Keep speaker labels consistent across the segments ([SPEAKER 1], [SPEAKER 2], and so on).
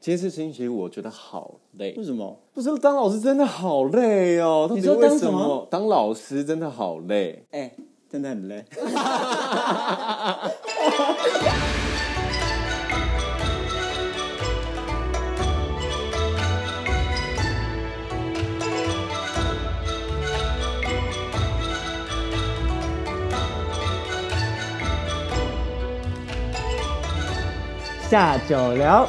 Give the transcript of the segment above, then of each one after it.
[SPEAKER 1] 今天是星期五，我觉得好累。
[SPEAKER 2] 为什么？
[SPEAKER 1] 不是当老师真的好累哦，到底
[SPEAKER 2] 你说
[SPEAKER 1] 为
[SPEAKER 2] 当
[SPEAKER 1] 什
[SPEAKER 2] 什么
[SPEAKER 1] 么？当老师真的好累。
[SPEAKER 2] 哎、真的很累。下酒聊，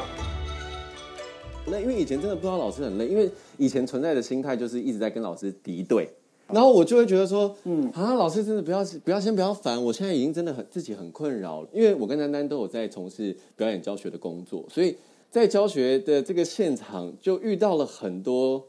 [SPEAKER 1] 那因为以前真的不知道老师很累，因为以前存在的心态就是一直在跟老师敌对，然后我就会觉得说，嗯，啊，老师真的不要不要先不要烦，我现在已经真的很自己很困扰，因为我跟丹丹都有在从事表演教学的工作，所以在教学的这个现场就遇到了很多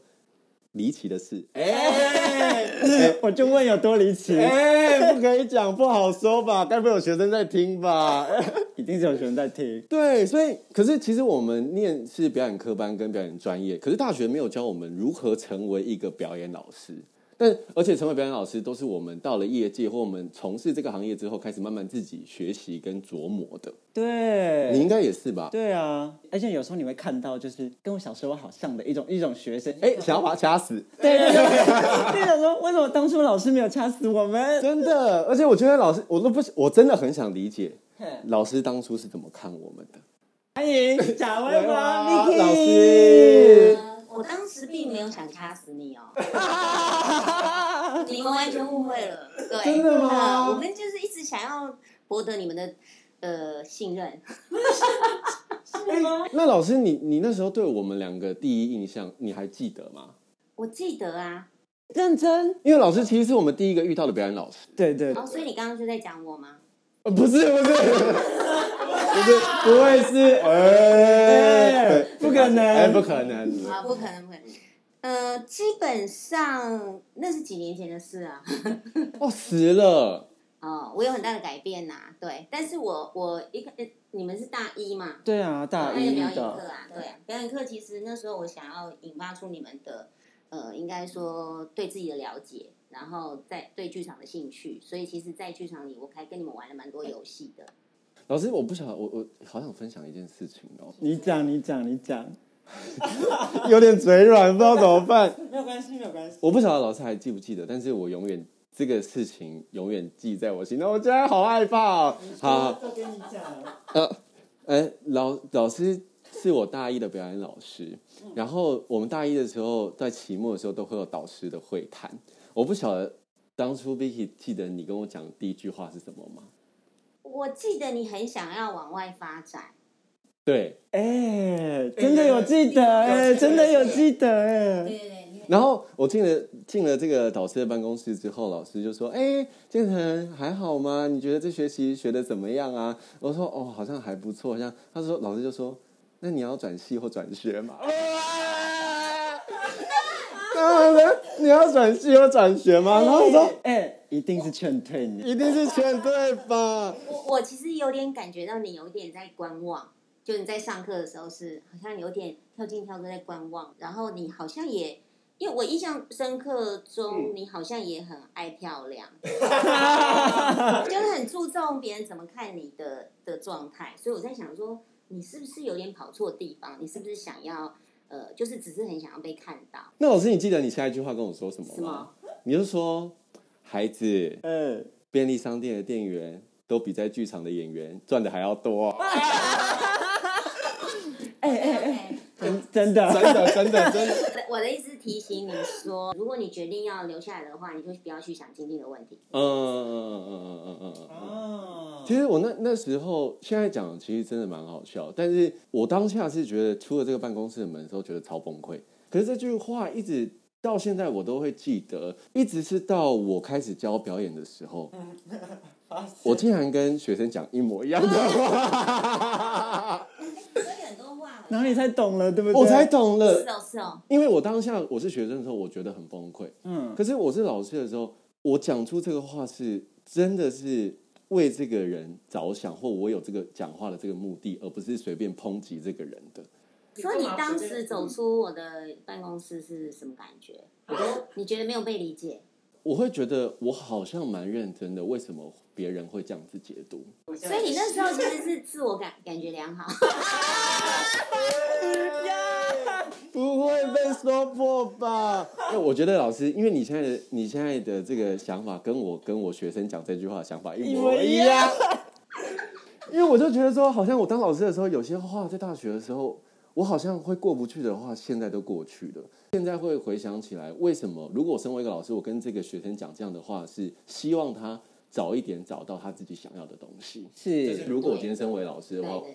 [SPEAKER 1] 离奇的事。哎、
[SPEAKER 2] 哎我就问有多离奇，
[SPEAKER 1] 哎、 不可以讲，不好说吧？该不会有学生在听 吧？
[SPEAKER 2] 一定是有学生在听。
[SPEAKER 1] 对，所以可是其实我们念是表演科班跟表演专业，可是大学没有教我们如何成为一个表演老师。但而且成为表演老师都是我们到了业界或我们从事这个行业之后，开始慢慢自己学习跟琢磨的。
[SPEAKER 2] 对，
[SPEAKER 1] 你应该也是吧？
[SPEAKER 2] 对啊，而且有时候你会看到，就是跟我小时候好像的一种一种学生，
[SPEAKER 1] 哎、想要把他掐死，
[SPEAKER 2] 对对对， 就想说为什么当初老师没有掐死我 们？
[SPEAKER 1] 真的。而且我觉得老师，我都不，我真的很想理解
[SPEAKER 2] 哼
[SPEAKER 1] 老师当初是怎么看我们的。
[SPEAKER 2] 欢迎贾文华 Vicky
[SPEAKER 1] 老师，
[SPEAKER 3] 呃我当时并没有想掐死你 哦，你们完全误会了。对，
[SPEAKER 1] 真的吗
[SPEAKER 3] 呃我们就是一直想要博得你们的呃信任。
[SPEAKER 2] 哎
[SPEAKER 1] 那老师你你那时候对我们两个第一印象，你还记得吗？
[SPEAKER 3] 我记得啊，
[SPEAKER 2] 认真，
[SPEAKER 1] 因为老师其实是我们第一个遇到的表演老师，
[SPEAKER 2] 对对，
[SPEAKER 3] 哦，所以你刚刚就在讲我吗？
[SPEAKER 1] 呃，不是不是，不 是不会是，哎、
[SPEAKER 2] 哎
[SPEAKER 1] 对
[SPEAKER 2] 不可能
[SPEAKER 1] 哎、不可能，
[SPEAKER 3] 啊，不可能，不可能。呃，基本上那是几年前的事啊。
[SPEAKER 1] 哦，死了，
[SPEAKER 3] 哦，我有很大的改变呐、对，但是我我一个呃你们是大一嘛，
[SPEAKER 2] 对啊，大
[SPEAKER 3] 那个
[SPEAKER 2] 一
[SPEAKER 3] 表演课
[SPEAKER 2] 的，
[SPEAKER 3] 啊，对啊，表演课其实那时候我想要引发出你们的，呃，应该说对自己的了解，然后再对剧场的兴趣，所以其实，在剧场里我还跟你们玩了蛮多游戏的。
[SPEAKER 1] 老师，我不想，我我好想分享一件事情哦，
[SPEAKER 2] 你讲你讲你讲，
[SPEAKER 1] 有点嘴软，不知道怎么办。
[SPEAKER 2] 没有关系没有关 系，
[SPEAKER 1] 我不晓得老师还记不记得，但是我永远这个事情永远记在我心中，我现在好害怕、哦。好，
[SPEAKER 2] 都跟你讲，
[SPEAKER 1] 哎，老老师是我大一的表演老师，然后我们大一的时候在期末的时候都会有导师的会谈。我不晓得当初 Vicky 记得你跟我讲第一句话是什么吗？
[SPEAKER 3] 我记得你很想要往外发展，
[SPEAKER 1] 对，
[SPEAKER 2] 哎，真的有记得，哎，真的有记得，哎，
[SPEAKER 3] 对对，
[SPEAKER 1] 然后我进了进了这个导师的办公室之后，老师就说：“哎，建成还好吗？你觉得这学期学的怎么样啊？”我说：“哦，好像还不错。”好像他说老师就说：“那你要转系或转学嘛？” 然后呢，你要转系或转学吗？然后我说
[SPEAKER 2] 哎，一定是劝退你，
[SPEAKER 1] 一定是全对吧？
[SPEAKER 3] 我我其实有点感觉到你有点在观望，就你在上课的时候是好像有点跳进跳出在观望，然后你好像也。因为我印象深刻
[SPEAKER 2] 嗯
[SPEAKER 3] 中，你好像也很爱漂亮，
[SPEAKER 2] 啊
[SPEAKER 3] 就是很注重别人怎么看你的的状态，所以我在想说，你是不是有点跑错地方？你是不是想要呃，就是只是很想要被看到？
[SPEAKER 1] 那老师，你记得你下一句话跟我说什么
[SPEAKER 3] 什
[SPEAKER 1] 吗
[SPEAKER 3] 么？
[SPEAKER 1] 你就说：“孩子，
[SPEAKER 2] 哎。
[SPEAKER 1] 便利商店的店员都比在剧场的演员赚的还要多、啊
[SPEAKER 2] 哎哎 哎，真真的，
[SPEAKER 1] 真的，真的，真的。
[SPEAKER 3] 我的意思是提醒你说，如果你决定要留下来的话，你就不要去想经济的问题。
[SPEAKER 1] 嗯嗯嗯嗯嗯嗯嗯嗯。
[SPEAKER 2] 哦
[SPEAKER 1] 其实我那那时候现在讲，其实真的蛮好笑，但是我当下是觉得出了这个办公室的门之后，觉得超崩溃。可是这句话一直到现在我都会记得，一直是到我开始教表演的时候，我竟然跟学生讲一模一样的话，
[SPEAKER 3] 所以很多话
[SPEAKER 2] 然后你才懂了，对不对？
[SPEAKER 1] 我才懂了
[SPEAKER 3] 是。哦是哦，
[SPEAKER 1] 因为我当下我是学生的时候，我觉得很崩溃。
[SPEAKER 2] 嗯，
[SPEAKER 1] 可是我是老师的时候，我讲出这个话是真的是为这个人着想，或我有这个讲话的这个目的，而不是随便抨击这个人的。
[SPEAKER 3] 所以你当时走出我的办公室是什么感觉？你觉得没有被理解？
[SPEAKER 1] 我会觉得我好像蛮认真的，为什么别人会这样子解读？
[SPEAKER 3] 所以你那时候其实是自我感感觉良好，
[SPEAKER 1] 说破 吧。因为哎我觉得老师，因为你现在的你现在的这个想法，跟我跟我学生讲这句话的想法一模一样。因为我就觉得说，好像我当老师的时候，有些话在大学的时候，我好像会过不去的话，现在都过去了。现在会回想起来，为什么如果我身为一个老师，我跟这个学生讲这样的话，是希望他早一点找到他自己想要的东西。
[SPEAKER 2] 是
[SPEAKER 1] 如果我今天身为老师
[SPEAKER 3] 对
[SPEAKER 1] 的话，
[SPEAKER 3] 对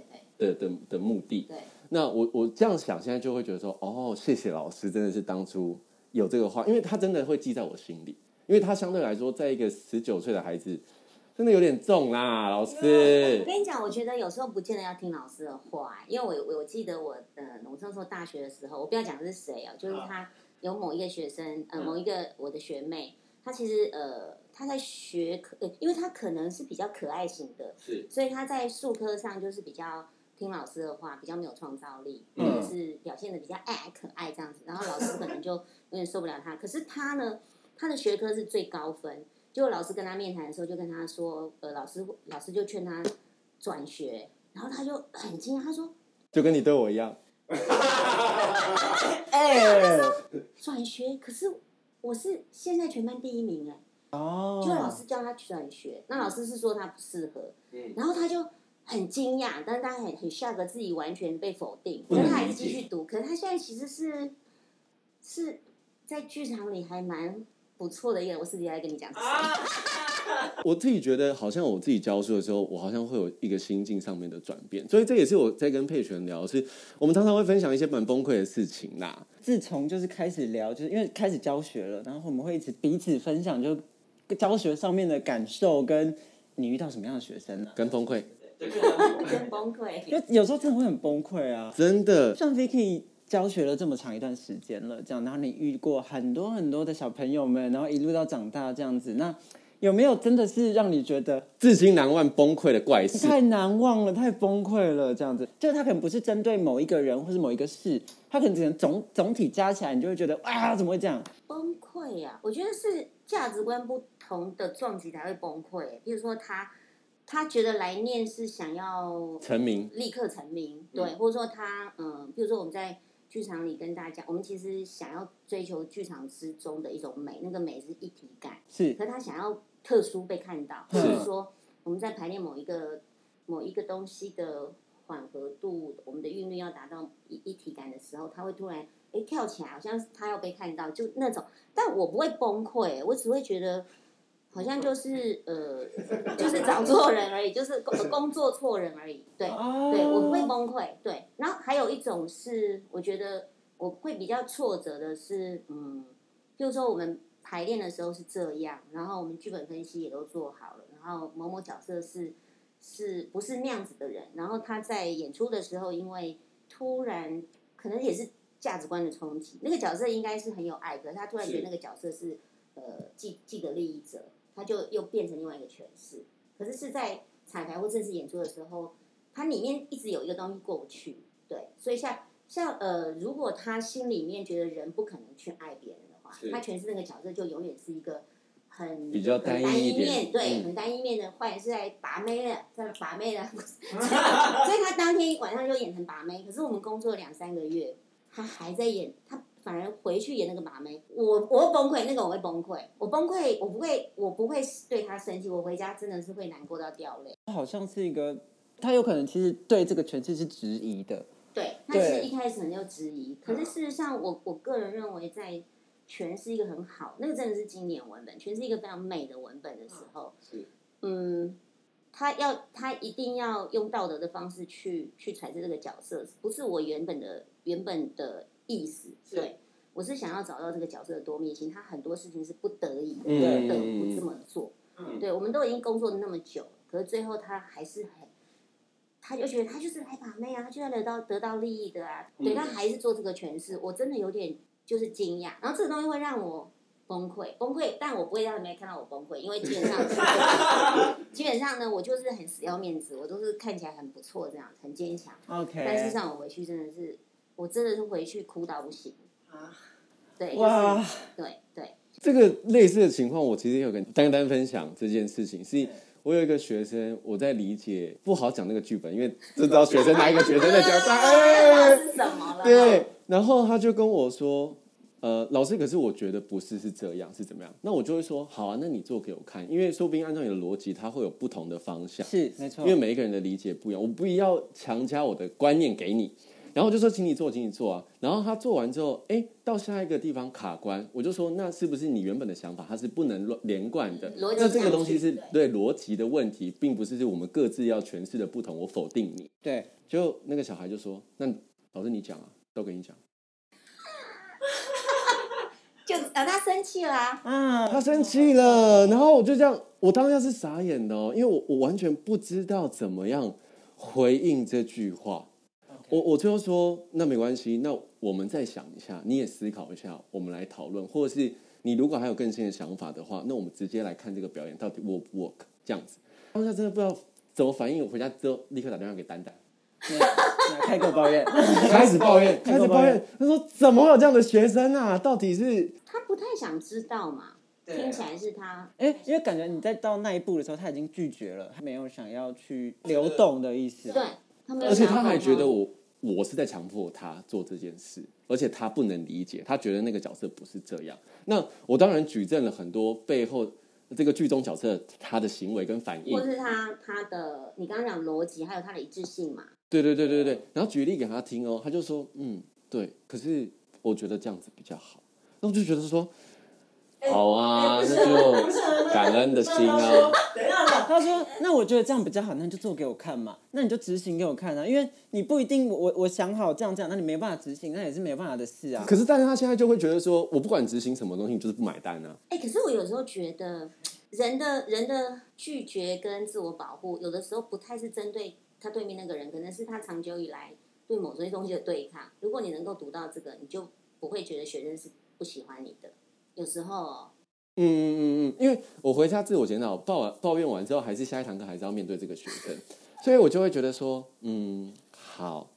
[SPEAKER 1] 的
[SPEAKER 3] 对
[SPEAKER 1] 的的目的，
[SPEAKER 3] 对，
[SPEAKER 1] 那我我这样想，现在就会觉得说，哦，谢谢老师，真的是当初有这个话，因为他真的会记在我心里，因为他相对来说，在一个十九岁的孩子，真的有点重啦，老
[SPEAKER 3] 我
[SPEAKER 1] 师。
[SPEAKER 3] 跟你讲，我觉得有时候不见得要听老师的话，因为我我我记得我呃，我那时候大学的时候，我不要讲是谁哦，就是他有某一个学生，呃，
[SPEAKER 2] 嗯
[SPEAKER 3] 某一个我的学妹，她其实呃，她在学科，呃因为她可能是比较可爱型的，
[SPEAKER 1] 是
[SPEAKER 3] 所以她在术科上就是比较听老师的话，比较没有创造力，
[SPEAKER 1] 嗯
[SPEAKER 3] 或者是表现的比较爱可爱这样子，然后老师可能就有点受不了她。可是她呢，她的学科是最高分，结果老师跟她面谈的时候就跟她说，呃，老师老师就劝她转学，然后她就很惊讶，她说
[SPEAKER 1] 就跟你对我一样，
[SPEAKER 2] 哎
[SPEAKER 3] 转学，可是我是现在全班第一名哎、
[SPEAKER 2] 哦，
[SPEAKER 3] 就老师叫他转学，那老师是说他不适合，
[SPEAKER 1] 嗯
[SPEAKER 3] 然后他就很惊讶，但是他很很 shock 自己完全被否定，
[SPEAKER 1] 不
[SPEAKER 3] 可
[SPEAKER 1] 能
[SPEAKER 3] 是他还
[SPEAKER 1] 理
[SPEAKER 3] 是
[SPEAKER 1] 解
[SPEAKER 3] 继续读，可是他现在其实是是在剧场里还蛮不错的一个人，我私底下再跟你讲是谁。
[SPEAKER 1] 啊我自己觉得好像我自己教书的时候，我好像会有一个心境上面的转变，所以这也是我在跟佩璇聊，是我们常常会分享一些蛮崩溃的事情啦，
[SPEAKER 2] 自从就是开始聊，就是因为开始教学了，然后我们会一直彼此分享，就教学上面的感受，跟你遇到什么样的学生呢、啊
[SPEAKER 1] 跟崩溃，
[SPEAKER 3] 真崩 溃。
[SPEAKER 2] 就有时候真的会很崩溃啊。
[SPEAKER 1] 真的
[SPEAKER 2] 像 Vicky 教学了这么长一段时间了，这样，然后你遇过很多很多的小朋友们，然后一路到长大这样子，那有没有真的是让你觉得
[SPEAKER 1] 至今难忘崩溃的怪事，
[SPEAKER 2] 太难忘了、太崩溃了这样子？就是他可能不是针对某一个人或是某一个事，他可能只能总总体加起来，你就会觉得啊，怎么会这样？
[SPEAKER 3] 崩溃呀、我觉得是价值观不同的撞击才会崩溃。欸比如说他，他觉得来念是想要
[SPEAKER 1] 成名
[SPEAKER 3] 立刻成名，对，或者说他，嗯、比如说我们在剧场里跟大家，我们其实想要追求剧场之中的一种美，那个美是一体感，
[SPEAKER 2] 是
[SPEAKER 3] 可是他想要特殊被看到，
[SPEAKER 2] 是
[SPEAKER 3] 或者说我们在排练某一个某一个东西的缓和度，我们的韵律要达到一一体感的时候，他会突然诶跳起来，好像他要被看到，就那种。但我不会崩溃，我只会觉得好像就是呃，就是找错人而已，就是工呃工作错人而已。对，
[SPEAKER 2] 啊
[SPEAKER 3] 对，我会崩溃。对，然后还有一种是，我觉得我会比较挫折的是，嗯，譬如说我们排练的时候是这样，然后我们剧本分析也都做好了，然后某某角色是是不是那样子的人，然后他在演出的时候，因为突然可能也是价值观的冲击，那个角色应该是很有爱，可是他突然觉得那个角色是呃既既得利益者，他就又变成另外一个诠释。可是是在彩排或正式演出的时候，它里面一直有一个东西过不去，对，所以像像呃，如果他心里面觉得人不可能去爱别人的话
[SPEAKER 1] 是，
[SPEAKER 3] 他诠释那个角色就永远是一个很
[SPEAKER 1] 比较单一
[SPEAKER 3] 很单
[SPEAKER 1] 一点
[SPEAKER 3] 面，对，
[SPEAKER 1] 嗯
[SPEAKER 3] 很单一面的坏人是在把妹了，在把妹了， 所以他当天晚上就演成把妹，可是我们工作两三个月，他还在演，他反而回去演那个把妹，我我会崩溃，那个我会崩溃，我崩溃，我不会，我不会对他生气，我回家真的是会难过到掉泪。
[SPEAKER 2] 好像是一个，他有可能其实对这个诠释是质疑的，
[SPEAKER 3] 对，但
[SPEAKER 2] 对
[SPEAKER 3] 是一开始很有质疑，
[SPEAKER 1] 嗯
[SPEAKER 3] 可是事实上我，我个人认为，在全是一个很好，那个真的是经典文本，全是一个非常美的文本的时候，
[SPEAKER 1] 嗯是
[SPEAKER 3] 嗯，他要他一定要用道德的方式去去揣测这个角色，不是我原本的原本的意思，对。我是想要找到这个角色的多面性，他很多事情是不得已的，不
[SPEAKER 1] 嗯
[SPEAKER 3] 得不这么做。
[SPEAKER 2] 嗯
[SPEAKER 3] 对，我们都已经工作那么久了，可是最后他还是很他就觉得他就是来把妹啊，他就要得到得到利益的啊，对他还是做这个诠释，我真的有点就是惊讶，然后这个东西会让我崩溃，崩溃，但我不会让你们看到我崩溃，因为基本上基本上呢，我就是很死要面子，我都是看起来很不错这样，很坚强，
[SPEAKER 2] OK，
[SPEAKER 3] 但事实上我回去真的是，我真的是回去哭到不行
[SPEAKER 4] 啊，
[SPEAKER 3] 对，就
[SPEAKER 2] 哇
[SPEAKER 3] 是，对对，
[SPEAKER 1] 这个类似的情况，我其实也有跟丹丹分享这件事情，是我有一个学生，我在理解不好讲那个剧本，因为这知道学生哪一个学生在讲，
[SPEAKER 3] 不知
[SPEAKER 1] 哎，
[SPEAKER 3] 道是什么了，
[SPEAKER 1] 对，然后他就跟我说，呃，老师，可是我觉得不是是这样，是怎么样？那我就会说，好啊，那你做给我看，因为说不定按照你的逻辑，它会有不同的方向。
[SPEAKER 2] 是没错，
[SPEAKER 1] 因为每一个人的理解不一样，我不要强加我的观念给你。然后我就说，请你做，请你做啊。然后他做完之后，哎，到下一个地方卡关，我就说，那是不是你原本的想法它是不能乱连贯的？
[SPEAKER 3] 嗯逻辑
[SPEAKER 1] 那这个
[SPEAKER 3] 上
[SPEAKER 1] 东西
[SPEAKER 3] 去
[SPEAKER 1] 是对逻辑的问题，并不是是我们各自要诠释的不同。我否定你，
[SPEAKER 2] 对，
[SPEAKER 1] 就那个小孩就说，那老师你讲啊，都给你讲。
[SPEAKER 3] 就啊，他生气啦、
[SPEAKER 2] 啊，
[SPEAKER 1] 他生气了，然后我就这样，我当下是傻眼的哦，因为我我完全不知道怎么样回应这句话。我我最后说，那没关系，那我们再想一下，你也思考一下，我们来讨论，或者是你如果还有更新的想法的话，那我们直接来看这个表演到底 work 不 work 这样子。当下真的不知道怎么反应，我回家之后立刻打电话给丹丹，
[SPEAKER 2] 对对开口抱怨，
[SPEAKER 1] 开始抱怨，开
[SPEAKER 2] 开
[SPEAKER 1] 始
[SPEAKER 2] 始
[SPEAKER 1] 抱
[SPEAKER 2] 抱
[SPEAKER 1] 怨
[SPEAKER 2] 怨，
[SPEAKER 1] 他说怎么会有这样的学生啊？到底是
[SPEAKER 3] 他不太想知道嘛，听起来是他
[SPEAKER 2] 哎，因为感觉你在到那一步的时候，他已经拒绝了，他没有想要去流动的意思。
[SPEAKER 3] 对，他没有
[SPEAKER 1] 而且
[SPEAKER 3] 想
[SPEAKER 1] 他
[SPEAKER 3] 要
[SPEAKER 1] 还
[SPEAKER 3] 沟
[SPEAKER 1] 觉得
[SPEAKER 3] 通
[SPEAKER 1] 我我是在强迫他做这件事，而且他不能理解，他觉得那个角色不是这样。那我当然举证了很多背后这个剧中角色他的行为跟反应
[SPEAKER 3] 或，是他他的，你刚刚讲逻辑，还有他的一致性嘛？
[SPEAKER 1] 对对对对对。然后举例给他听哦，他就说嗯对，可是我觉得这样子比较好。那我就觉得说。
[SPEAKER 3] 哎
[SPEAKER 1] 好啊，那就感恩的心啊！
[SPEAKER 2] 他说：“那我觉得这样比较好，那你就做给我看嘛，那你就执行给我看啊，因为你不一定我我我想好这样这样，那你没办法执行，那也是没办法的事啊。
[SPEAKER 1] 可是，但是他现在就会觉得说，我不管执行什么东西，你就是不买单啊。
[SPEAKER 3] 哎、可是我有时候觉得，人的人的拒绝跟自我保护，有的时候不太是针对他对面那个人，可能是他长久以来对某些东西的对抗。如果你能够读到这个，你就不会觉得学生是不喜欢你的。有时候哦
[SPEAKER 1] 嗯嗯嗯嗯，因为我回家自我检讨，抱完抱怨完之后，还是下一堂课还是要面对这个学生，所以我就会觉得说，嗯，好，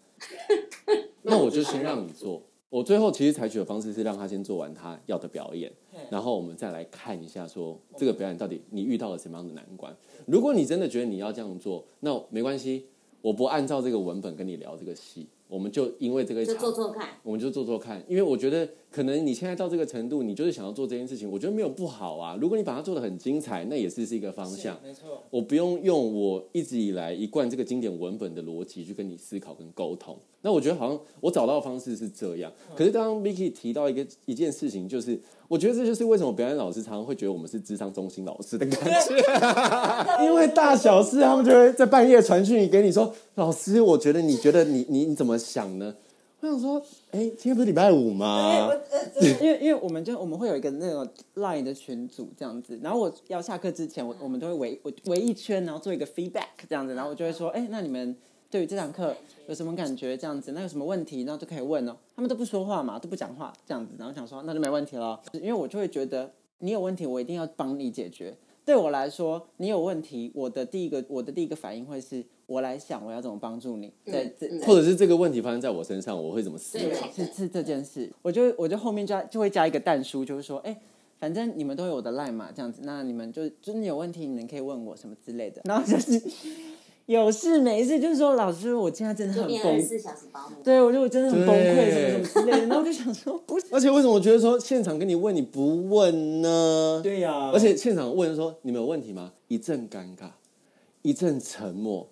[SPEAKER 1] 那我就先让你做。我最后其实采取的方式是让他先做完他要的表演，然后我们再来看一下说这个表演到底你遇到了什么样的难关。如果你真的觉得你要这样做，那没关系，我不按照这个文本跟你聊这个戏，我们就因为这个
[SPEAKER 3] 就
[SPEAKER 1] 场
[SPEAKER 3] 做做看。
[SPEAKER 1] 我们就做做看，因为我觉得可能你现在到这个程度，你就是想要做这件事情，我觉得没有不好啊。如果你把它做的很精彩，那也是是一个方向。
[SPEAKER 2] 没错，
[SPEAKER 1] 我不用用我一直以来一贯这个经典文本的逻辑去跟你思考跟沟通。那我觉得好像我找到的方式是这样。可是刚刚 Vicky 提到一个一件事情，就是我觉得这就是为什么表演老师常常会觉得我们是智商中心老师的感觉， 因为大小事他们就会在半夜传讯给你说，老师，我觉得你觉得你你你怎么想呢？我想说，哎、今天不是礼拜五吗？
[SPEAKER 2] 因为因为我们就我们会有一个那种 line 的群组这样子，然后我要下课之前，我我们都会围我围一圈，然后做一个 feedback 这样子，然后我就会说，哎、那你们对于这堂课有什么感觉？这样子，那有什么问题，然后就可以问哦。他们都不说话嘛，都不讲话这样子，然后想说那就没问题了，因为我就会觉得你有问题，我一定要帮你解决。对我来说，你有问题，我的第一个我的第一个反应会是我来想我要怎么帮助你，在这
[SPEAKER 3] 嗯
[SPEAKER 1] 或者是这个问题发生在我身上，我会怎么思
[SPEAKER 3] 对
[SPEAKER 1] 考？
[SPEAKER 2] 是是这件事，我就我就后面加就会加一个淡书，就是说，哎、反正你们都有我的 line 嘛，这样子，那你们就就是你有问题，你们可以问我什么之类的。然后就是有事没事，就是说老师，我现在真的
[SPEAKER 3] 就
[SPEAKER 2] 很
[SPEAKER 3] 变二十
[SPEAKER 2] 崩，
[SPEAKER 3] 四小时保姆，
[SPEAKER 2] 对我就我真的很崩溃，什
[SPEAKER 1] 对
[SPEAKER 2] 么什么之类的。然后我就想说，不是，
[SPEAKER 1] 而且为什么我觉得说现场跟你问你不问呢？
[SPEAKER 2] 对呀、
[SPEAKER 1] 而且现场问说你们有问题吗？一阵尴尬，一阵沉默。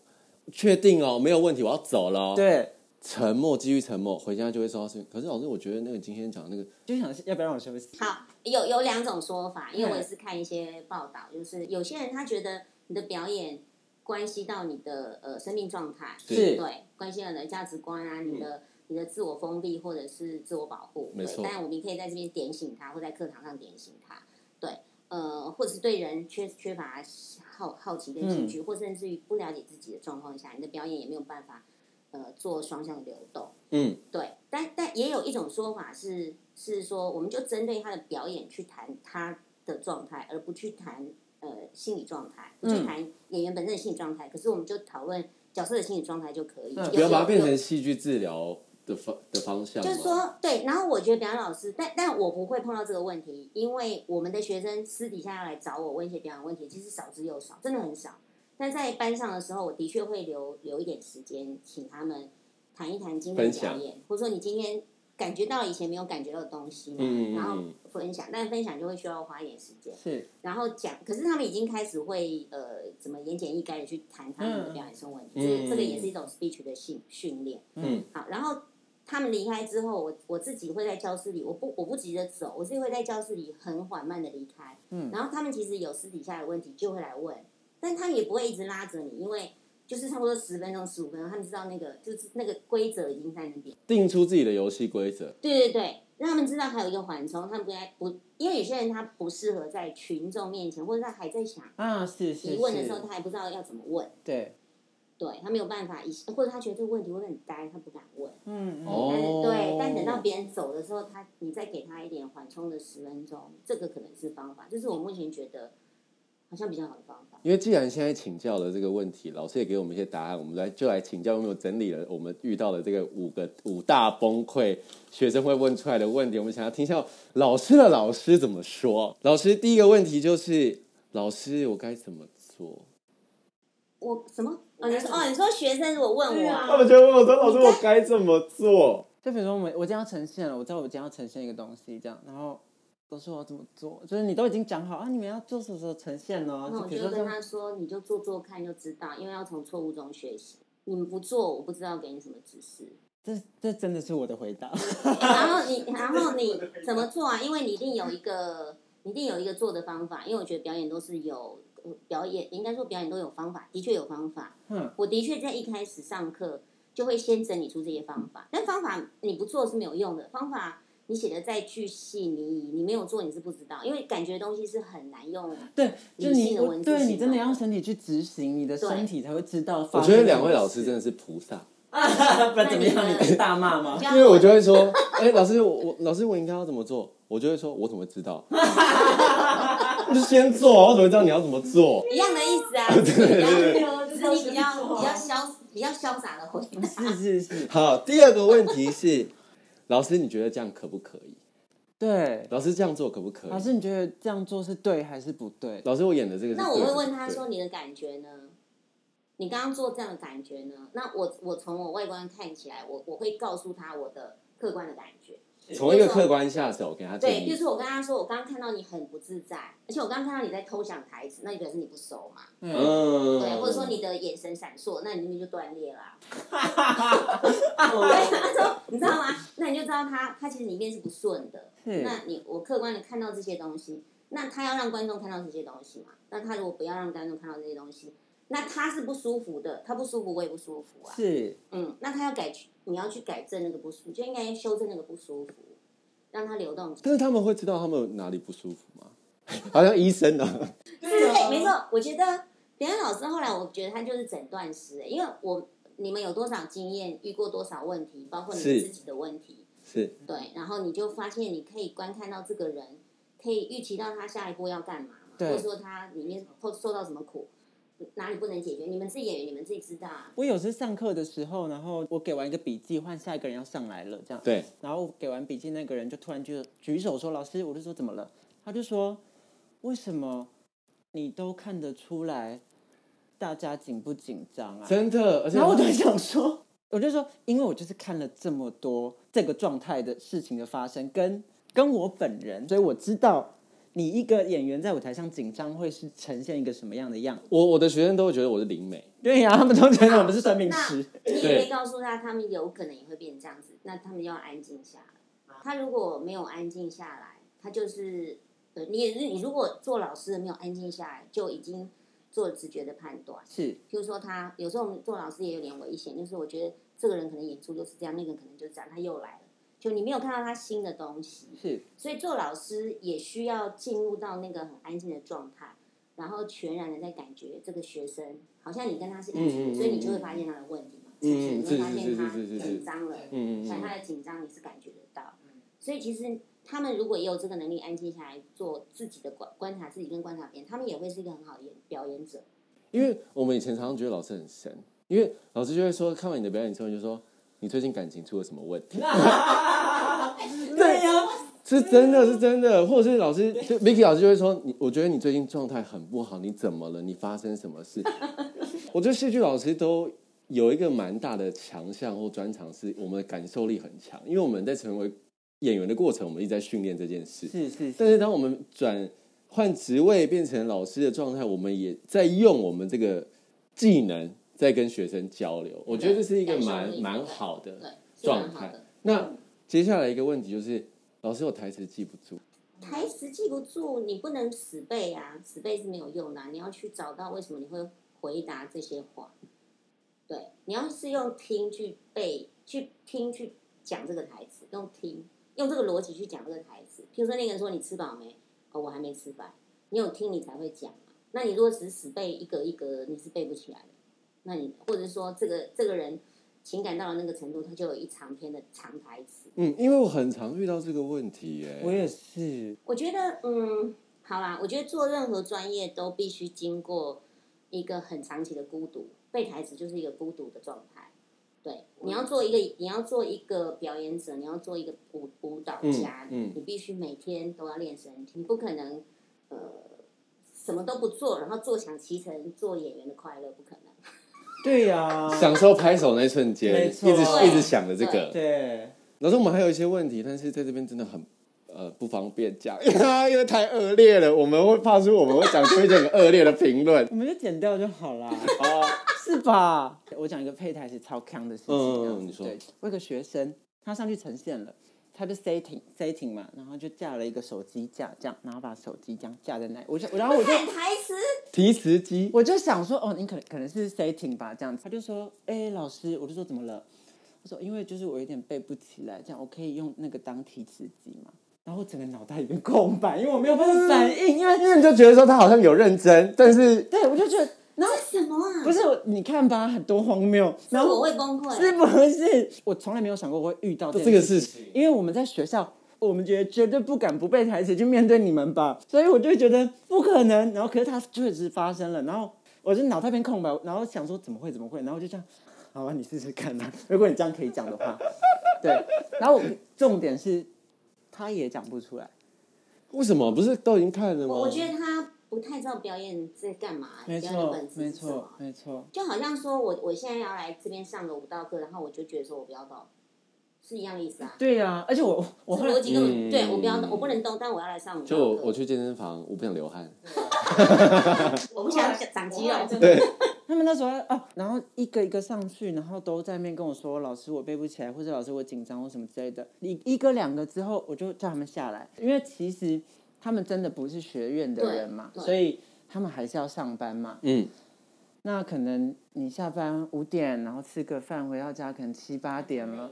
[SPEAKER 1] 确定哦，没有问题，我要走了、哦。，
[SPEAKER 2] 对，
[SPEAKER 1] 沉默继续沉默，回家就会说是。可是老师，我觉得那个今天讲的那个，
[SPEAKER 2] 就想要不要让我休息？
[SPEAKER 3] 好，有有两种说法，因
[SPEAKER 2] 嗯
[SPEAKER 3] 为我也是看一些报道，就是有些人他觉得你的表演关系到你的呃生命状态，
[SPEAKER 2] 是
[SPEAKER 3] 对，关系到你的价值观啊，你的、你的自我封闭或者是自我保护，
[SPEAKER 1] 没
[SPEAKER 3] 对
[SPEAKER 1] 错
[SPEAKER 3] 当然我们也可以在这边点醒他，或在课堂上点醒他，对，呃，或者是对人缺缺乏好好奇跟兴趣，或甚至于不了解自己的状况下，你的表演也没有办法呃做双向流动。
[SPEAKER 1] 嗯，
[SPEAKER 3] 对，但但也有一种说法是，是说我们就针对他的表演去谈他的状态，而不去谈呃心理状态，不去
[SPEAKER 2] 嗯
[SPEAKER 3] 谈演员本身的心理状态。可是我们就讨论角色的心理状态就可以，
[SPEAKER 2] 嗯
[SPEAKER 1] 不要把它变
[SPEAKER 3] 有
[SPEAKER 1] 成戏剧治疗的方的方向嘛。
[SPEAKER 3] 就是说对。然后我觉得表演老师，但但我不会碰到这个问题，因为我们的学生私底下要来找我问一些表演问题，其实少之又少，真的很少。但在班上的时候，我的确会留留一点时间，请他们谈一谈今天
[SPEAKER 1] 分
[SPEAKER 3] 的表
[SPEAKER 1] 享
[SPEAKER 3] 演，或者说你今天感觉到以前没有感觉到的东西嘛，
[SPEAKER 1] 嗯嗯嗯
[SPEAKER 3] 然后分享，但分享就会需要花一点时间，
[SPEAKER 2] 是
[SPEAKER 3] 然后讲，可是他们已经开始会呃，怎么言简意赅的去谈他们的表演生活问题，
[SPEAKER 1] 嗯
[SPEAKER 3] 这这个也是一种 speech 的训训练。
[SPEAKER 1] 嗯，
[SPEAKER 3] 好，然后他们离开之后，我我自己会在教室里，我不我不急着走，我自己会在教室里很缓慢的离开。
[SPEAKER 2] 嗯
[SPEAKER 3] 然后他们其实有私底下的问题就会来问，但他们也不会一直拉着你，因为就是差不多十分钟、十五分钟，他们知道那个就是那个规则已经在那边。
[SPEAKER 1] 定出自己的游戏规则，
[SPEAKER 3] 对对对，让他们知道还有一个缓冲，他们不该不，因为有些人他不适合在群众面前，或者他还在想
[SPEAKER 2] 啊，是是
[SPEAKER 3] 提问的时
[SPEAKER 2] 是
[SPEAKER 3] 候，，他还不知道要怎么问，
[SPEAKER 2] 对，
[SPEAKER 3] 对他没有办法，一或者他觉得这个问题会很呆，他不敢问。
[SPEAKER 2] 嗯，嗯
[SPEAKER 1] 哦
[SPEAKER 3] 但是对，但等到别人走的时候，他你再给他一点缓冲的十分钟，这个可能是方法，就是我目前觉得好像比较好的方法。
[SPEAKER 1] 因为既然现在请教了这个问题，老师也给我们一些答案，我们来就来请教有没有整理了我们遇到的这个五个五大崩溃学生会问出来的问题，我们想要听一下老师的老师怎么说。老师第一个问题就是，老师我该怎么做？
[SPEAKER 3] 我什么？哦，你说哦，你说学生如果问
[SPEAKER 2] 对
[SPEAKER 3] 我，
[SPEAKER 2] 啊
[SPEAKER 1] 们就问我说，老师我该怎么做？
[SPEAKER 2] 就比如说我们我今天要呈现了，我知道我今天要呈现一个东西，这样，然后都说我要怎么做，就是你都已经讲好啊，你们要做什么时候呈现呢？
[SPEAKER 3] 那
[SPEAKER 2] 就
[SPEAKER 3] 嗯我
[SPEAKER 2] 比如
[SPEAKER 3] 就
[SPEAKER 2] 哦说
[SPEAKER 3] 跟
[SPEAKER 2] 这样，
[SPEAKER 3] 他说，你就做做看就知道，因为要从错误中学习。你们不做，我不知道给你什么指示。
[SPEAKER 2] 这这真的是我的回答，
[SPEAKER 3] 然后你，然后你怎么做啊？因为你一定有一个，你一定有一个做的方法。因为我觉得表演都是有呃表演，应该说表演都有方法，的确有方法。
[SPEAKER 2] 嗯，
[SPEAKER 3] 我的确在一开始上课就会先整理出这些方法，但方法你不做是没有用的。方法你写的再具细你你没有做你是不知道，因为感觉的东西是很难用。
[SPEAKER 2] 对，就你
[SPEAKER 3] 理性的文字
[SPEAKER 2] 对
[SPEAKER 3] 行
[SPEAKER 2] 你真的
[SPEAKER 3] 动
[SPEAKER 2] 要用身体去执行，你的身体才会知道发
[SPEAKER 1] 我
[SPEAKER 2] 生
[SPEAKER 1] 觉
[SPEAKER 2] 什么事。
[SPEAKER 1] 得两位老师真的是菩萨，
[SPEAKER 2] 不然怎么样？
[SPEAKER 3] 那你
[SPEAKER 2] 你
[SPEAKER 3] 呢
[SPEAKER 2] 不是大骂 吗？
[SPEAKER 1] 因为我就会说，哎、老师我我老师我应该要怎么做？我就会说，我怎么知道？ 就先做啊，我怎么知道你要怎么做？
[SPEAKER 3] 一样的意思啊， 就是你比较
[SPEAKER 2] 对
[SPEAKER 3] 就是你比较比较潇比较潇洒的回 答。
[SPEAKER 2] 是是是，
[SPEAKER 1] 好，第二个问题是， 老师你觉得这样可不可以？
[SPEAKER 2] 对。
[SPEAKER 1] 老师这样做可不可以？
[SPEAKER 2] 老师，你觉得这样做是对还是不对？
[SPEAKER 1] 老师我演的这个是对
[SPEAKER 3] 那
[SPEAKER 1] 的，
[SPEAKER 3] 我会问他
[SPEAKER 1] 对
[SPEAKER 3] 说：“你的感觉呢？你刚刚做这样的感觉呢？”那我我从我外观看起来，我我会告诉他我的客观的感觉。
[SPEAKER 1] 从一个客观下手给他
[SPEAKER 3] 对，
[SPEAKER 1] 建
[SPEAKER 3] 比如
[SPEAKER 1] 议，
[SPEAKER 3] 说我跟他说，我刚刚看到你很不自在，而且我刚刚看到你在偷想台词，那就表示你不熟嘛，
[SPEAKER 2] 嗯，
[SPEAKER 1] 嗯，
[SPEAKER 3] 对，或者说你的眼神闪烁，那你那边就断裂啦、
[SPEAKER 2] 哦
[SPEAKER 3] 他说，你知道吗？那你就知道他他其实里面是不顺的。
[SPEAKER 1] 嗯
[SPEAKER 2] 是
[SPEAKER 3] 那你我客观的看到这些东西，那他要让观众看到这些东西嘛？那他如果不要让观众看到这些东西，那他是不舒服的，他不舒服我也不舒服啊。
[SPEAKER 2] 是，
[SPEAKER 3] 嗯，那他要改，你要去改正那个不舒服，就应该修正那个不舒服，让它流动出来。
[SPEAKER 1] 但是他们会知道他们哪里不舒服 吗？好像医生啊，
[SPEAKER 3] 是对，没错。我觉得表演老师后来，我觉得他就是诊断师、因为我你们有多少经验，遇过多少问题，包括你
[SPEAKER 1] 是
[SPEAKER 3] 自己的问题，
[SPEAKER 1] 是
[SPEAKER 3] 对，然后你就发现你可以观看到这个人，可以预期到他下一步要干嘛嘛，或
[SPEAKER 2] 对
[SPEAKER 3] 者说他里面或受到什么苦，哪里不能解决，你们自己演员你们自己知道啊。
[SPEAKER 2] 我有时上课的时候，然后我给完一个笔记，换下一个人要上来了，这样。
[SPEAKER 1] 对，
[SPEAKER 2] 然后给完笔记那个人就突然就举手说：“老师，我就说怎么了？”他就说：“为什么你都看得出来大家紧不紧张啊？”
[SPEAKER 1] 真的，而且
[SPEAKER 2] 然后我就想说， 我就说，因为我就是看了这么多这个状态的事情的发生，跟跟我本人，所以我知道你一个演员在舞台上紧张会是呈现一个什么样的样子。
[SPEAKER 1] 我我的学生都会觉得我是灵媒，
[SPEAKER 2] 对呀、他们都觉得我们是算命师。
[SPEAKER 3] 你也
[SPEAKER 1] 对
[SPEAKER 3] 可以告诉他，他们有可能也会变成这样子，那他们要安静下来。他如果没有安静下来，他就是呃，你也是你如果做老师的没有安静下来，就已经做了直觉的判 断。
[SPEAKER 2] 是
[SPEAKER 3] 譬如说他有时候我们做老师也有点危险，就是我觉得这个人可能演出就是这样，那个人可能就是这样，他又来了，就你没有看到他新的东西。
[SPEAKER 2] 是，
[SPEAKER 3] 所以做老师也需要进入到那个很安静的状态，然后全然的在感觉这个学生，好像你跟他是一体
[SPEAKER 1] 嗯嗯嗯嗯
[SPEAKER 3] 所以你就会发现他的问题嘛，
[SPEAKER 1] 嗯
[SPEAKER 3] 是不是你会发
[SPEAKER 1] 是
[SPEAKER 3] 现他
[SPEAKER 1] 是是是是
[SPEAKER 3] 紧张了，
[SPEAKER 1] 嗯嗯
[SPEAKER 3] 所以
[SPEAKER 1] 嗯，
[SPEAKER 3] 他的紧张你是感觉得到。所以其实他们如果也有这个能力安静下来做自己的观观察自己跟观察别人，他们也会是一个很好的演表演者。
[SPEAKER 1] 因为我们以前常常觉得老师很神，因为老师就会说，看完你的表演之后就说，你最近感情出了什么问题？
[SPEAKER 2] 对呀、
[SPEAKER 3] 啊
[SPEAKER 1] 是真的是真的，或者是老师就 Vicky 老师就会说你，我觉得你 最近状态很不好，你怎么了？你发生什么事？我觉得戏剧老师都有一个蛮大的强项或专长，是我们的感受力很强，因为我们在成为演员的过程，我们一直在训练这件事。
[SPEAKER 2] 是是是，
[SPEAKER 1] 但是当我们转换职位变成老师的状态，我们也在用我们这个技能在跟学生交流。我觉得这是一个
[SPEAKER 3] 感受
[SPEAKER 1] 蛮
[SPEAKER 3] 力
[SPEAKER 1] 蛮好的
[SPEAKER 3] 对，是蛮
[SPEAKER 1] 状
[SPEAKER 3] 好
[SPEAKER 1] 态
[SPEAKER 3] 的。。
[SPEAKER 1] 那接下来一个问题就是，老师我台词记不住，
[SPEAKER 3] 台词记不住，你不能死背啊，死背是没有用的啊、你要去找到为什么你会回答这些话。对，你要是用听去背，去听去讲这个台词，用听，用这个逻辑去讲这个台词。譬如说那个人说你吃饱没？哦，我还没吃饭。你有听你才会讲嘛。那你如果只是死背一格一格，你是背不起来的。那你或者说这个这个人情感到了那个程度，他就有一长篇的长台词。
[SPEAKER 1] 嗯，因为我很常遇到这个问题耶、
[SPEAKER 2] 我也是，
[SPEAKER 3] 我觉得，嗯，好啦，我觉得做任何专业都必须经过一个很长期的孤独，背台词就是一个孤独的状态。对，你要做一个，你要做一个表演者，你要做一个舞舞蹈家，
[SPEAKER 1] 嗯嗯
[SPEAKER 3] 你必须每天都要练身体，你不可能呃什么都不做，然后坐享其成做演员的快乐，不可能。
[SPEAKER 2] 对呀、
[SPEAKER 1] 享受拍手那一瞬间，
[SPEAKER 2] 没
[SPEAKER 1] 一
[SPEAKER 2] 错
[SPEAKER 1] 直
[SPEAKER 3] 对
[SPEAKER 1] 一直想着这个。
[SPEAKER 2] 对，
[SPEAKER 1] 老师，我们还有一些问题，但是在这边真的很呃不方便讲， 因为太恶劣了，我们会怕说我们会讲出一些很恶劣的评论
[SPEAKER 2] 我。们就剪掉就好啦。
[SPEAKER 1] 哦，
[SPEAKER 2] 是吧？我讲一个配台是超强的事情
[SPEAKER 1] 嗯嗯嗯
[SPEAKER 2] 这样子。
[SPEAKER 1] 你说
[SPEAKER 2] 对，我有个学生，他上去呈现了，他就 setting setting 嘛，然后就架了一个手机架，这样，然后把手机这样架在那里。我就，然后我就
[SPEAKER 3] 背台词，
[SPEAKER 1] 提词机，
[SPEAKER 2] 我就想说，哦，你可能可能是 setting 吧，这样子。他就说，哎、老师，我就说怎么了？他说，因为就是我有点背不起来，这样我可以用那个当提词机嘛。然后我整个脑袋一片空白，因为我没有办法反应，因为
[SPEAKER 1] 因为你就觉得说他好像有认真，但是
[SPEAKER 2] 对我就觉得，然后
[SPEAKER 3] 什么 啊？
[SPEAKER 2] 不是我你看吧，很多荒谬，然后
[SPEAKER 3] 我会崩溃。
[SPEAKER 2] 是不是？我从来没有想过我会遇到
[SPEAKER 1] 这个事
[SPEAKER 2] 事情，
[SPEAKER 1] 情，
[SPEAKER 2] 因为我们在学校，我们觉得绝对不敢不背台词去面对你们吧，所以我就觉得不可能。然后可是它确实发生了，然后我就脑袋变空白，然后想说怎么会怎么会，然后就这样，好啊吧，你试试看吧，如果你这样可以讲的 话，对。然后我重点是，他也讲不出来，
[SPEAKER 1] 为什么不是都已经看了吗？
[SPEAKER 3] 我我觉得他不太知道表演在干嘛，表
[SPEAKER 2] 没
[SPEAKER 3] 演的
[SPEAKER 2] 错
[SPEAKER 3] 本，质
[SPEAKER 2] 没
[SPEAKER 3] 是什么
[SPEAKER 2] 错。，没错，
[SPEAKER 3] 就好像说我我现在要来这边上个舞蹈课，然后我就觉得说我不要动，是一样的意思啊。
[SPEAKER 2] 对呀、而且我我
[SPEAKER 3] 这
[SPEAKER 2] 后
[SPEAKER 3] 逻
[SPEAKER 2] 来
[SPEAKER 3] 辑根本
[SPEAKER 1] 嗯
[SPEAKER 3] 对我不要动，我不能动，但我要来上舞蹈
[SPEAKER 1] 就我
[SPEAKER 3] 课。
[SPEAKER 1] 我去健身房，我不想流汗。
[SPEAKER 3] 我不想长肌肉，
[SPEAKER 1] 对，
[SPEAKER 2] 他们那时候啊，然后一个一个上去，然后都在面跟我说：“老师，我背不起来，或者老师我紧张或什么之类的。”一一个两个之后，我就叫他们下来，因为其实他们真的不是学院的人嘛，
[SPEAKER 3] 对对
[SPEAKER 2] 所以他们还是要上班嘛。
[SPEAKER 1] 嗯，
[SPEAKER 2] 那可能你下班五点，然后吃个饭回到家，可能七八点了。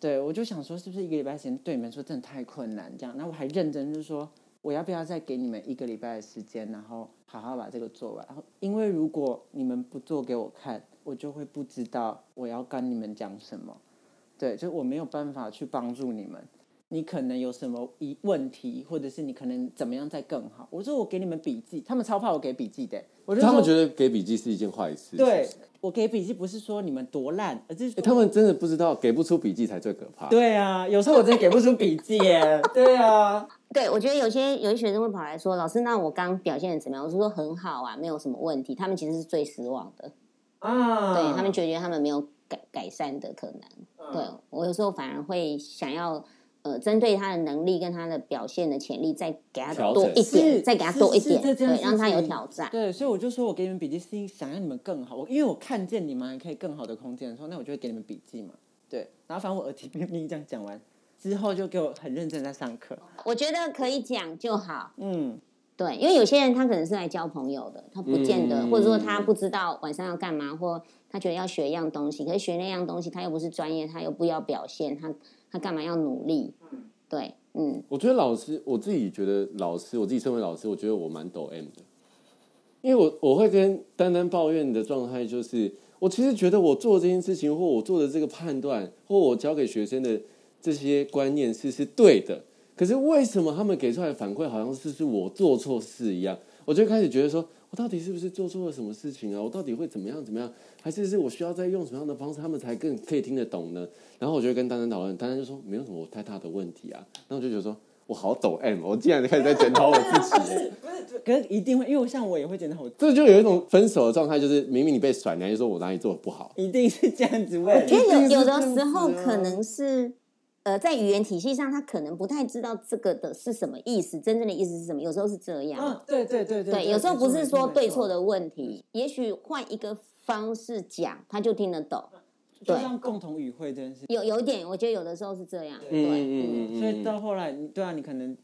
[SPEAKER 2] 对，我就想说，是不是一个礼拜时间对你们说真的太困难？这样，然后我还认真就说，我要不要再给你们一个礼拜的时间，然后好好把这个做完？然后，因为如果你们不做给我看，我就会不知道我要跟你们讲什么。对，就我没有办法去帮助你们。你可能有什么疑问题，或者是你可能怎么样再更好？我说我给你们笔记，他们超怕我给笔记的。欸我就
[SPEAKER 1] 他们
[SPEAKER 2] 说
[SPEAKER 1] 觉得给笔记是一件坏事。
[SPEAKER 2] 对，我给笔记不是说你们多烂，而是说
[SPEAKER 1] 诶他们真的不知道给不出笔记才最可怕。，
[SPEAKER 2] 对啊，有时候我真的给不出笔记 耶。对啊，
[SPEAKER 3] 对，我觉得有些有些学生会跑来说，老师，那我刚表现的怎么样？我说很好啊，没有什么问题。他们其实是最失望的，
[SPEAKER 2] 啊，
[SPEAKER 3] 对他们觉得他们没有改改善的可能。对我有时候反而会想要。呃，针对他的能力跟他的表现的潜力，再给他
[SPEAKER 1] 调
[SPEAKER 3] 多
[SPEAKER 1] 整
[SPEAKER 3] 一点，
[SPEAKER 2] 是
[SPEAKER 3] 再给他
[SPEAKER 2] 是
[SPEAKER 3] 多一
[SPEAKER 2] 是
[SPEAKER 3] 点，
[SPEAKER 2] 这件
[SPEAKER 3] 对，
[SPEAKER 2] 事
[SPEAKER 3] 让他有
[SPEAKER 2] 情
[SPEAKER 3] 挑战。
[SPEAKER 2] 对，所以我就说我给你们笔记是想让你们更好，我因为我看见你们还可以更好的空间的时候，那我就会给你们笔记嘛。对，然后反正我耳提面命这样讲完之后，就给我很认真在上课。
[SPEAKER 3] 我觉得可以讲就好，
[SPEAKER 2] 嗯，
[SPEAKER 3] 对，因为有些人他可能是来交朋友的，他不见得，
[SPEAKER 1] 嗯
[SPEAKER 3] 或者说他不知道晚上要干嘛，或他觉得要学一样东西，可是学那样东西他又不是专业，他又不要表现，他他干嘛要努力？对，嗯，
[SPEAKER 1] 我觉得老师，我自己觉得老师，我自己身为老师，我觉得我蛮抖 M 的，因为我我会跟丹丹抱怨的状态就是，我其实觉得我做这件事情，或我做的这个判断，或我教给学生的这些观念是是对的，可是为什么他们给出来的反馈好像是是我做错事一样？我就开始觉得说，我到底是不是做错了什么事情啊？我到底会怎么样怎么样？还是是我需要再用什么样的方式，他们才更可以听得懂呢？然后我就会跟丹丹讨论，丹丹就说没有什么太大的问题啊。然后我就觉得说，我好抖 M，我竟然开始在检讨我自己 耶。
[SPEAKER 2] 不是，可是一定会，因为我像我也会检讨我，
[SPEAKER 1] 这就有一种分手的状态，就是明明你被甩，你还说我哪里做的不好。
[SPEAKER 2] 一定是这样子问
[SPEAKER 3] 因。为
[SPEAKER 1] 嗯一定是
[SPEAKER 3] 有有
[SPEAKER 1] 这样
[SPEAKER 3] 的
[SPEAKER 1] 子
[SPEAKER 3] 时候
[SPEAKER 1] 啊
[SPEAKER 3] 可能是，呃，在语言体系上，他可能不太知道这个的是什么意思，真正的意思是什么。有时候是这样，
[SPEAKER 1] 哦
[SPEAKER 2] 嗯，对对对对
[SPEAKER 3] 啊对，有时候不是说对错
[SPEAKER 2] 的，
[SPEAKER 3] 的问题，也许换一个方式讲，他就听得懂。
[SPEAKER 2] 就
[SPEAKER 3] 对
[SPEAKER 2] 像共同语会这件事。
[SPEAKER 3] 有有一点，我觉得有的时候是这样。
[SPEAKER 2] 对
[SPEAKER 1] 嗯嗯
[SPEAKER 3] 对，
[SPEAKER 1] 嗯嗯，
[SPEAKER 2] 所以到后来，你对啊，你可能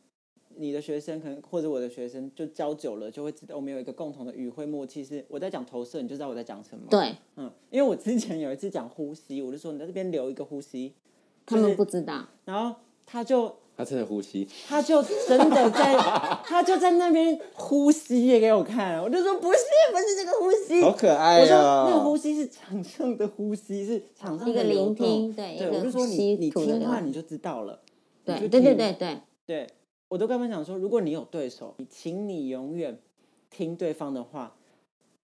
[SPEAKER 2] 你的学生可能或者我的学生就教久了，就会知道我哦们有一个共同的语汇默契是，我在讲投射，你就知道我在讲什么。，
[SPEAKER 3] 对
[SPEAKER 2] 嗯，因为我之前有一次讲呼吸，我就说你在这边留一个呼吸，
[SPEAKER 3] 他们不知道，
[SPEAKER 2] 然后他就
[SPEAKER 1] 他真的呼吸，
[SPEAKER 2] 他就真的 在他就在那边呼吸也给我看，我就说不是不是这个呼吸，
[SPEAKER 1] 好可爱
[SPEAKER 2] 我说
[SPEAKER 1] 哦
[SPEAKER 2] 那个呼吸是场上的呼吸，是场上的
[SPEAKER 3] 一个
[SPEAKER 2] 流
[SPEAKER 3] 聆
[SPEAKER 2] 动
[SPEAKER 3] 听对
[SPEAKER 2] 对，
[SPEAKER 3] 一个
[SPEAKER 2] 我就说你
[SPEAKER 3] 吸
[SPEAKER 2] 你
[SPEAKER 3] 吐的
[SPEAKER 2] 听话
[SPEAKER 3] 流动
[SPEAKER 2] 你就知道了。
[SPEAKER 3] 对
[SPEAKER 2] 你就
[SPEAKER 3] 对对
[SPEAKER 2] 听
[SPEAKER 3] 对对，
[SPEAKER 2] 对，我都跟他们讲说，如果你有对手，你请你永远听对方的话，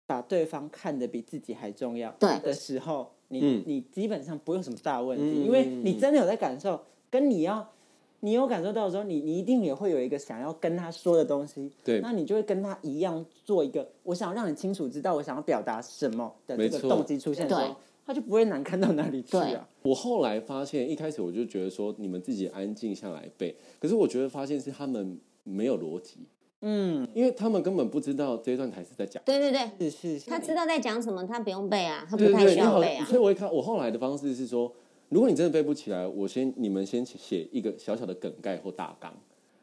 [SPEAKER 2] 把对方看得比自己还重要。
[SPEAKER 3] 对
[SPEAKER 2] 的时候，你、
[SPEAKER 1] 嗯
[SPEAKER 2] 你基本上不会有什么大问题，
[SPEAKER 1] 嗯嗯
[SPEAKER 2] 因为
[SPEAKER 1] 嗯
[SPEAKER 2] 你真的有在感受，跟你要。你有感受到的时候，你你一定也会有一个想要跟他说的东西，
[SPEAKER 1] 对
[SPEAKER 2] 那你就会跟他一样做一个，我想让你清楚知道我想要表达什么的这
[SPEAKER 1] 没
[SPEAKER 2] 个
[SPEAKER 1] 错
[SPEAKER 2] 动机出现的时候
[SPEAKER 3] 对，
[SPEAKER 2] 他就不会难看到哪里去
[SPEAKER 3] 对
[SPEAKER 2] 啊。
[SPEAKER 1] 我后来发现，一开始我就觉得说你们自己安静下来背，可是我觉得发现是他们没有逻辑，
[SPEAKER 2] 嗯，
[SPEAKER 1] 因为他们根本不知道这一段台词在讲。
[SPEAKER 3] 对对对，
[SPEAKER 2] 是是是，
[SPEAKER 3] 他知道在讲什么，他不用背啊，他
[SPEAKER 1] 对
[SPEAKER 3] 不
[SPEAKER 1] 对
[SPEAKER 3] 太
[SPEAKER 1] 对，
[SPEAKER 3] 需
[SPEAKER 1] 你
[SPEAKER 3] 要
[SPEAKER 1] 好
[SPEAKER 3] 背，啊。
[SPEAKER 1] 所以我一看，我后来的方式是说，如果你真的背不起来，我先你们先写一个小小的梗概或大纲，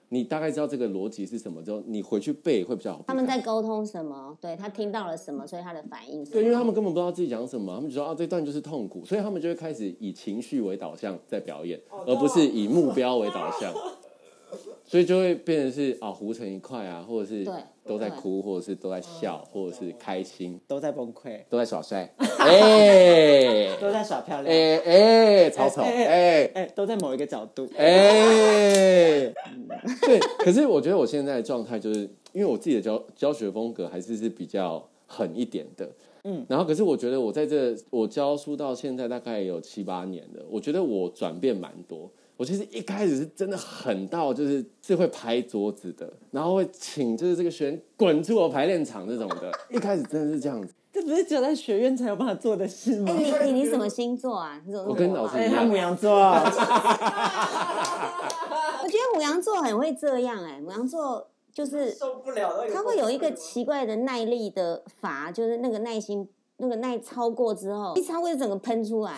[SPEAKER 1] 你大概知道这个逻辑是什么之后，你回去背会比较好。
[SPEAKER 3] 他们在沟通什么？对他听到了什么，所以他的反应是
[SPEAKER 1] 对，因为
[SPEAKER 3] 什
[SPEAKER 1] 他
[SPEAKER 3] 么。
[SPEAKER 1] 们根本不知道自己讲什么，他们就说啊，这段就是痛苦，所以他们就会开始以情绪为导向在表演，而不是以目标为导向，所以就会变成是啊糊成一块啊，或者是
[SPEAKER 3] 对
[SPEAKER 1] 都在
[SPEAKER 3] 对
[SPEAKER 1] 哭，或者是都在笑，或者是开心，
[SPEAKER 2] 都在崩溃，
[SPEAKER 1] 都在耍 帅，哎
[SPEAKER 2] 都在耍漂亮。
[SPEAKER 1] 哎哎，草草，
[SPEAKER 2] 哎
[SPEAKER 1] 哎
[SPEAKER 2] 哎、都在某一个角度。哎
[SPEAKER 1] 哎， 对，可是我觉得我现在的状态就是，因为我自己的教教学风格还是是比较狠一点的，嗯，然后可是我觉得我在这我教书到现在大概有七八年了，我觉得我转变蛮多。我其实一开始是真的狠到就是是会拍桌子的，然后会请就是这个学员滚出我排练场这种的，一开始真的是这样子。
[SPEAKER 2] 这不是只有在学院才有办法做的事吗？
[SPEAKER 3] 哎，你你你什么星座啊？你怎么那么
[SPEAKER 1] 我跟
[SPEAKER 3] 火
[SPEAKER 1] 老
[SPEAKER 3] 啊
[SPEAKER 1] 师
[SPEAKER 2] 哎，他母羊座，
[SPEAKER 3] 我觉得母羊座很会这样哎、母羊座就是
[SPEAKER 2] 受不了
[SPEAKER 3] 他会有一个奇怪的耐力的阀，就是那个耐心那个耐超过之后，一超过就整个喷出 来。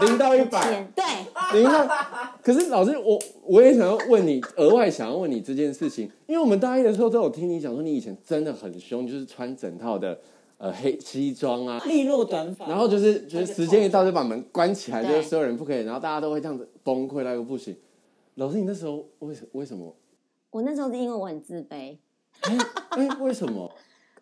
[SPEAKER 1] 零到一 百，
[SPEAKER 3] 天对，
[SPEAKER 1] 等一下，可是老师，我我也想要问你，额外想要问你这件事情，因为我们大一的时候都有听你讲说，你以前真的很凶，就是穿整套的呃黑西装啊，
[SPEAKER 2] 利落短发，
[SPEAKER 1] 然后就是就是时间一到就把门关起来，就
[SPEAKER 3] 对
[SPEAKER 1] 是所有人不可以，然后大家都会这样子崩溃到一个不行。老师，你那时候为什为什么？
[SPEAKER 3] 我那时候是因为我很自卑，
[SPEAKER 1] 哎、为什么？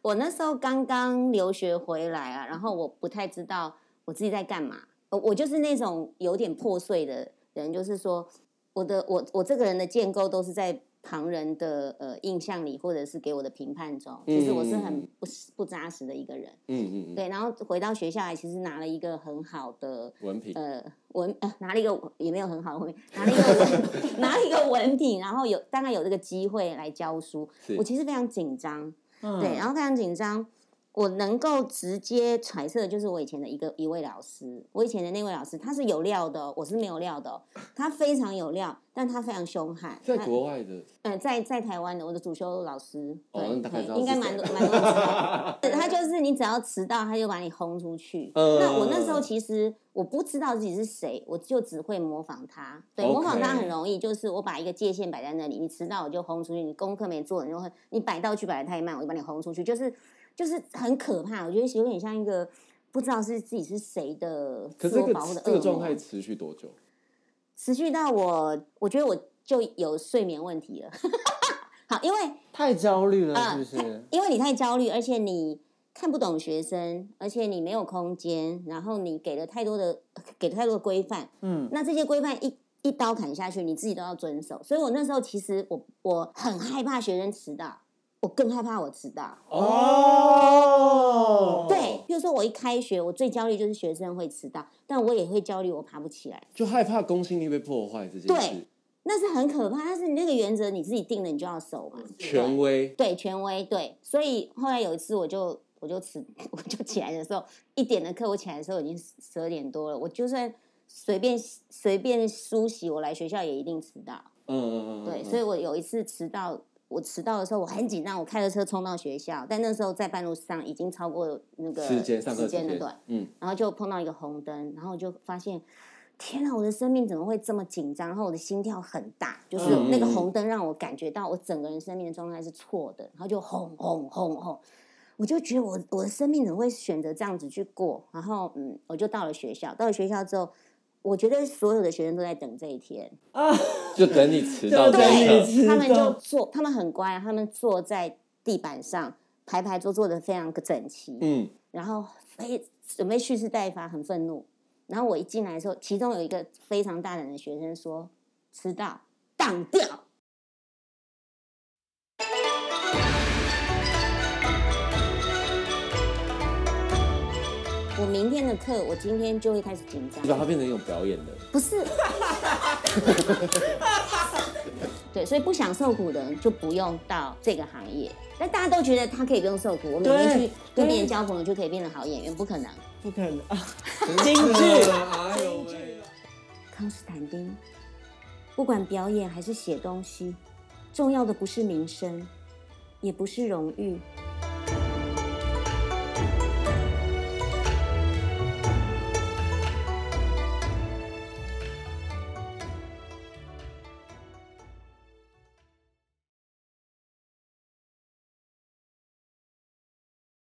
[SPEAKER 3] 我那时候刚刚留学回来啊，然后我不太知道我自己在干嘛，呃我就是那种有点破碎的人，就是说我的我我这个人的建构都是在旁人的呃印象里，或者是给我的评判中，其实我是很不不扎实的一个人。
[SPEAKER 1] 嗯嗯嗯，
[SPEAKER 3] 对，然后回到学校来，其实拿了一个很好的
[SPEAKER 1] 文凭，
[SPEAKER 3] 呃文，呃拿了一个也没有很好的文，拿了一个文， 拿了一个文凭，然后有大概有这个机会来教书
[SPEAKER 1] 是，
[SPEAKER 3] 我其实非常紧张，
[SPEAKER 2] 嗯
[SPEAKER 3] 对，啊然后非常紧张。我能够直接揣测，就是我以前的一个一位老师，我以前的那位老师，他是有料的哦、我是没有料的哦、他非常有料，但他非常凶悍。
[SPEAKER 1] 在
[SPEAKER 3] 他
[SPEAKER 1] 国外的，
[SPEAKER 3] 嗯，在在台湾的我的主修老师，
[SPEAKER 1] 哦
[SPEAKER 3] 对，
[SPEAKER 1] 那大概知道
[SPEAKER 3] 对应该
[SPEAKER 1] 是谁
[SPEAKER 3] 蛮多 蛮多人知道对。他就是你只要迟到，他就把你轰出去。
[SPEAKER 1] 嗯
[SPEAKER 3] 那我那时候其实我不知道自己是谁，我就只会模仿他。对，模仿他
[SPEAKER 1] OK
[SPEAKER 3] 很容易，就是我把一个界限摆在那里，你迟到我就轰出去，你功课没做，你就会你摆道具摆的太慢，我就把你轰出去，就是就是很可怕。我觉得有点像一个不知道是自己是谁的
[SPEAKER 1] 可是
[SPEAKER 3] 自
[SPEAKER 1] 这
[SPEAKER 3] 我保护
[SPEAKER 1] 个
[SPEAKER 3] 的
[SPEAKER 1] 这个
[SPEAKER 3] 恶
[SPEAKER 1] 状
[SPEAKER 3] 魔
[SPEAKER 1] 态持续多久？
[SPEAKER 3] 持续到我，我觉得我就有睡眠问题了。 好，因为。
[SPEAKER 2] 太焦虑了，
[SPEAKER 3] 啊
[SPEAKER 2] 是不是？
[SPEAKER 3] 因为你太焦虑，而且你看不懂学生，而且你没有空间，然后你给了太多的 给了太多的规范，
[SPEAKER 2] 嗯，
[SPEAKER 3] 那这些规范一一刀砍下去，你自己都要遵守。所以我那时候其实我我很害怕学生迟到，我更害怕我迟到。
[SPEAKER 1] 哦
[SPEAKER 2] 哦
[SPEAKER 3] 对，，比如说我一开学，我最焦虑就是学生会迟到，但我也会焦虑我爬不起来。
[SPEAKER 1] 就害怕公信力被破坏这件
[SPEAKER 3] 对
[SPEAKER 1] 事。
[SPEAKER 3] 那是很可怕。但是你那个原则你自己定了，你就要守嘛。
[SPEAKER 1] 权威，
[SPEAKER 3] 对权威对，所以后来有一次我就我就迟 我就起来的时候一点的课，我起来的时候已经十二点多了，我就算随便随便梳洗，我来学校也一定迟到。
[SPEAKER 1] 嗯嗯嗯，
[SPEAKER 3] 对，所
[SPEAKER 1] 以
[SPEAKER 3] 以我有一次迟到，我迟到的时候我很紧张，我开着车冲到学校，但那时候在半路上已经超过那个
[SPEAKER 1] 嗯时间上课
[SPEAKER 3] 时间了，对，
[SPEAKER 1] 嗯，
[SPEAKER 3] 然后就碰到一个红灯，然后我就发现，天啊，我的生命怎么会这么紧张？然后我的心跳很大，就是
[SPEAKER 2] 嗯
[SPEAKER 3] 那个红灯让我感觉到我整个人生命的状态是错的，然后就轰轰轰轰，我就觉得我我的生命怎么会选择这样子去过？然后嗯，我就到了学校，到了学校之后。我觉得所有的学生都在等这一天，
[SPEAKER 2] 啊，
[SPEAKER 1] 就等你迟到这
[SPEAKER 2] 就等你
[SPEAKER 1] 一刻，
[SPEAKER 2] 迟知
[SPEAKER 3] 对，他们就
[SPEAKER 2] 道
[SPEAKER 3] 坐，他们很乖，啊他们坐在地板上，排排坐坐的非常整齐，
[SPEAKER 1] 嗯，
[SPEAKER 3] 然后非准备蓄势待发，很愤怒。然后我一进来的时候，其中有一个非常大胆的学生说：“迟到，当掉。”我明天的课，我今天就会开始紧张
[SPEAKER 1] 你。把它变成一种表演的，
[SPEAKER 3] 不是。 对，所以不想受苦的人就不用到这个行业。但大家都觉得他可以不用受苦，我每天
[SPEAKER 2] 对
[SPEAKER 3] 去跟别
[SPEAKER 2] 对
[SPEAKER 3] 人交朋友就可以变成好演员，不可能。
[SPEAKER 2] 不可能啊！
[SPEAKER 1] 京剧，哎呦
[SPEAKER 2] 京
[SPEAKER 1] 喂
[SPEAKER 2] 剧，
[SPEAKER 3] 康斯坦丁，不管表演还是写东西，重要的不是名声，也不是荣誉，